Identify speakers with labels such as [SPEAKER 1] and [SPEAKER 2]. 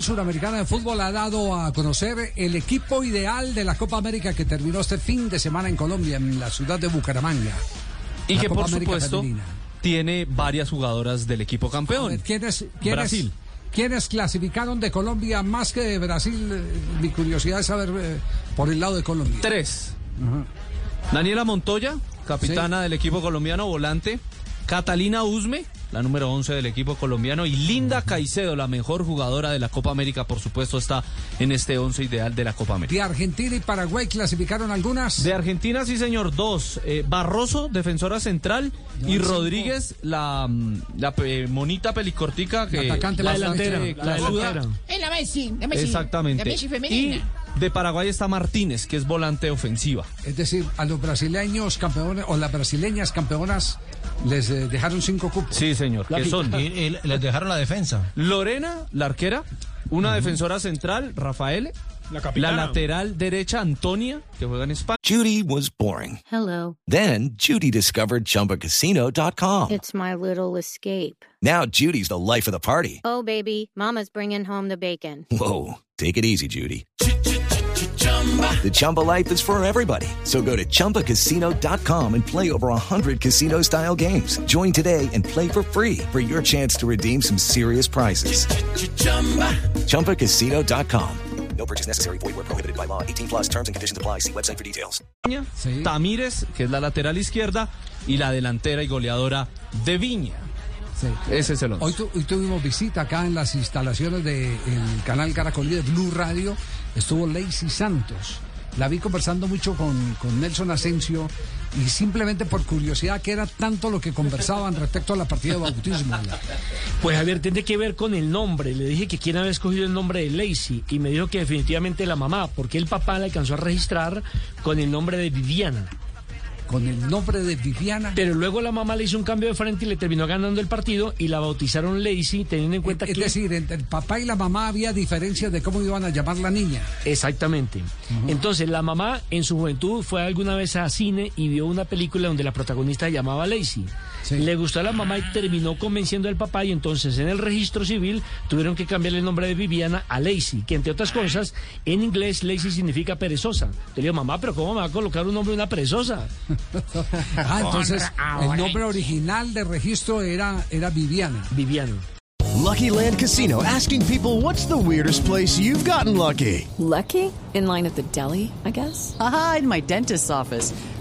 [SPEAKER 1] Suramericana de Fútbol ha dado a conocer el equipo ideal de la Copa América que terminó este fin de semana en Colombia, en la ciudad de Bucaramanga.
[SPEAKER 2] Y
[SPEAKER 1] La
[SPEAKER 2] que
[SPEAKER 1] Copa
[SPEAKER 2] por
[SPEAKER 1] América
[SPEAKER 2] supuesto
[SPEAKER 1] femenina.
[SPEAKER 2] tiene varias jugadoras del equipo
[SPEAKER 1] A ver,
[SPEAKER 2] campeón.
[SPEAKER 1] ¿Quiénes, quiénes-
[SPEAKER 2] Brasil.
[SPEAKER 1] quiénes clasificaron de Colombia más que de Brasil? Eh, Mi curiosidad es saber eh, por el lado de Colombia.
[SPEAKER 2] Tres. Daniela Montoya, capitana del equipo colombiano, volante. Catalina Usme, la número 11 del equipo colombiano. Y Linda Caicedo, la mejor jugadora de la Copa América, por supuesto, está en este 11 ideal de la Copa América.
[SPEAKER 1] De Argentina y Paraguay clasificaron algunas.
[SPEAKER 2] De Argentina, sí, señor, dos. Eh, Barroso, defensora central. Y Rodríguez, la, mm, la pe- monita pelicortica que.
[SPEAKER 1] Atacante La bastante delantera,
[SPEAKER 2] la
[SPEAKER 1] clasuda.
[SPEAKER 2] delantera.
[SPEAKER 3] Es la Messi, la Messi.
[SPEAKER 2] Exactamente.
[SPEAKER 3] La Messi
[SPEAKER 2] y
[SPEAKER 3] femenina.
[SPEAKER 2] de Paraguay está Martínez, que es volante ofensiva.
[SPEAKER 1] Es decir, a los brasileños campeones o las brasileñas campeonas les eh, dejaron cinco cupos.
[SPEAKER 2] Sí, señor. Que son
[SPEAKER 4] les dejaron la defensa.
[SPEAKER 2] Lorena, la arquera, una defensora central, Rafael, la, lateral derecha, Antonia, que juega en España.
[SPEAKER 5] Judy was boring.
[SPEAKER 6] Hello,
[SPEAKER 5] Then Judy discovered ChumbaCasino.com.
[SPEAKER 6] it's my little escape.
[SPEAKER 5] Now Judy's the life of the party.
[SPEAKER 6] Oh, baby, Mama's bringing home the bacon.
[SPEAKER 5] Whoa, take it easy, Judy. The Chumba life is for everybody. So go to ChumbaCasino.com and play over 100 casino style games. Join today and play for free for your chance to redeem some serious prizes. ChumbaCasino.com. No purchase necessary. Void where prohibited by law. 18 plus terms and conditions apply. See website for details.
[SPEAKER 1] Sí.
[SPEAKER 2] Tamírez, que es la lateral izquierda, y la delantera y goleadora de Viña.
[SPEAKER 1] Sí.
[SPEAKER 2] Ese es el once.
[SPEAKER 1] Hoy, tu- hoy tuvimos visita acá en las instalaciones del canal Caracolí de Blue Radio. Estuvo Lacey Santos. La vi conversando mucho con, con Nelson Asensio y simplemente por curiosidad que era tanto lo que conversaban respecto a la partida de bautismo.
[SPEAKER 7] Pues Javier, tiene que ver con el nombre. Le dije que quién había escogido el nombre de Lacey y me dijo que definitivamente la mamá, porque el papá la alcanzó a registrar con el nombre de Viviana.
[SPEAKER 1] Con el nombre de Viviana.
[SPEAKER 7] Pero luego la mamá le hizo un cambio de frente y le terminó ganando el partido y la bautizaron Lacey, teniendo en cuenta
[SPEAKER 1] Es
[SPEAKER 7] que...
[SPEAKER 1] decir, entre el papá y la mamá había diferencias de cómo iban a llamar la niña.
[SPEAKER 7] Exactamente. Entonces, la mamá en su juventud fue alguna vez a cine y vio una película donde la protagonista se llamaba Lacey.
[SPEAKER 1] Sí.
[SPEAKER 7] Le gustó a la mamá y terminó convenciendo al papá y entonces en el registro civil tuvieron que cambiarle el nombre de Viviana a Lacey, que entre otras cosas, en inglés Lacey significa perezosa. Te digo, mamá, pero ¿cómo me va a colocar un nombre de una perezosa?
[SPEAKER 1] Ah, entonces el nombre original de registro era, era Viviana.
[SPEAKER 7] Viviana.
[SPEAKER 8] Lucky Land Casino asking people what's the weirdest place you've gotten lucky?
[SPEAKER 9] Lucky? In line at the deli, I guess?
[SPEAKER 10] Aha, in my dentist's office.